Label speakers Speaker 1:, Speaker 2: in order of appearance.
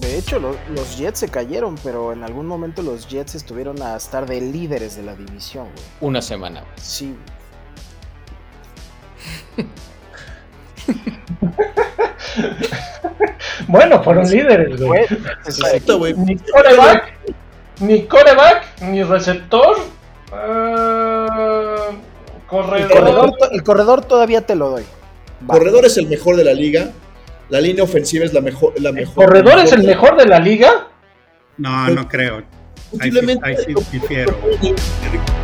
Speaker 1: De hecho, lo- los Jets se cayeron, pero en algún momento los Jets estuvieron a estar de líderes de la división, güey.
Speaker 2: Una semana, güey.
Speaker 1: Sí,
Speaker 3: Bueno, fueron líderes, güey.
Speaker 1: güey.
Speaker 4: Exacto, güey.
Speaker 3: Ni coreback, ni coreback, ni receptor. ah,
Speaker 1: El
Speaker 3: corredor.
Speaker 1: corredor, to- el corredor todavía te lo doy. Va.
Speaker 4: Corredor es el mejor de la liga. La línea ofensiva es la mejor. La
Speaker 3: ¿El
Speaker 4: mejor
Speaker 3: corredor es el mejor de la liga?
Speaker 5: No, no creo. Ahí sí-
Speaker 4: Posiblemente-
Speaker 5: ahí sí difiero.
Speaker 4: Posiblemente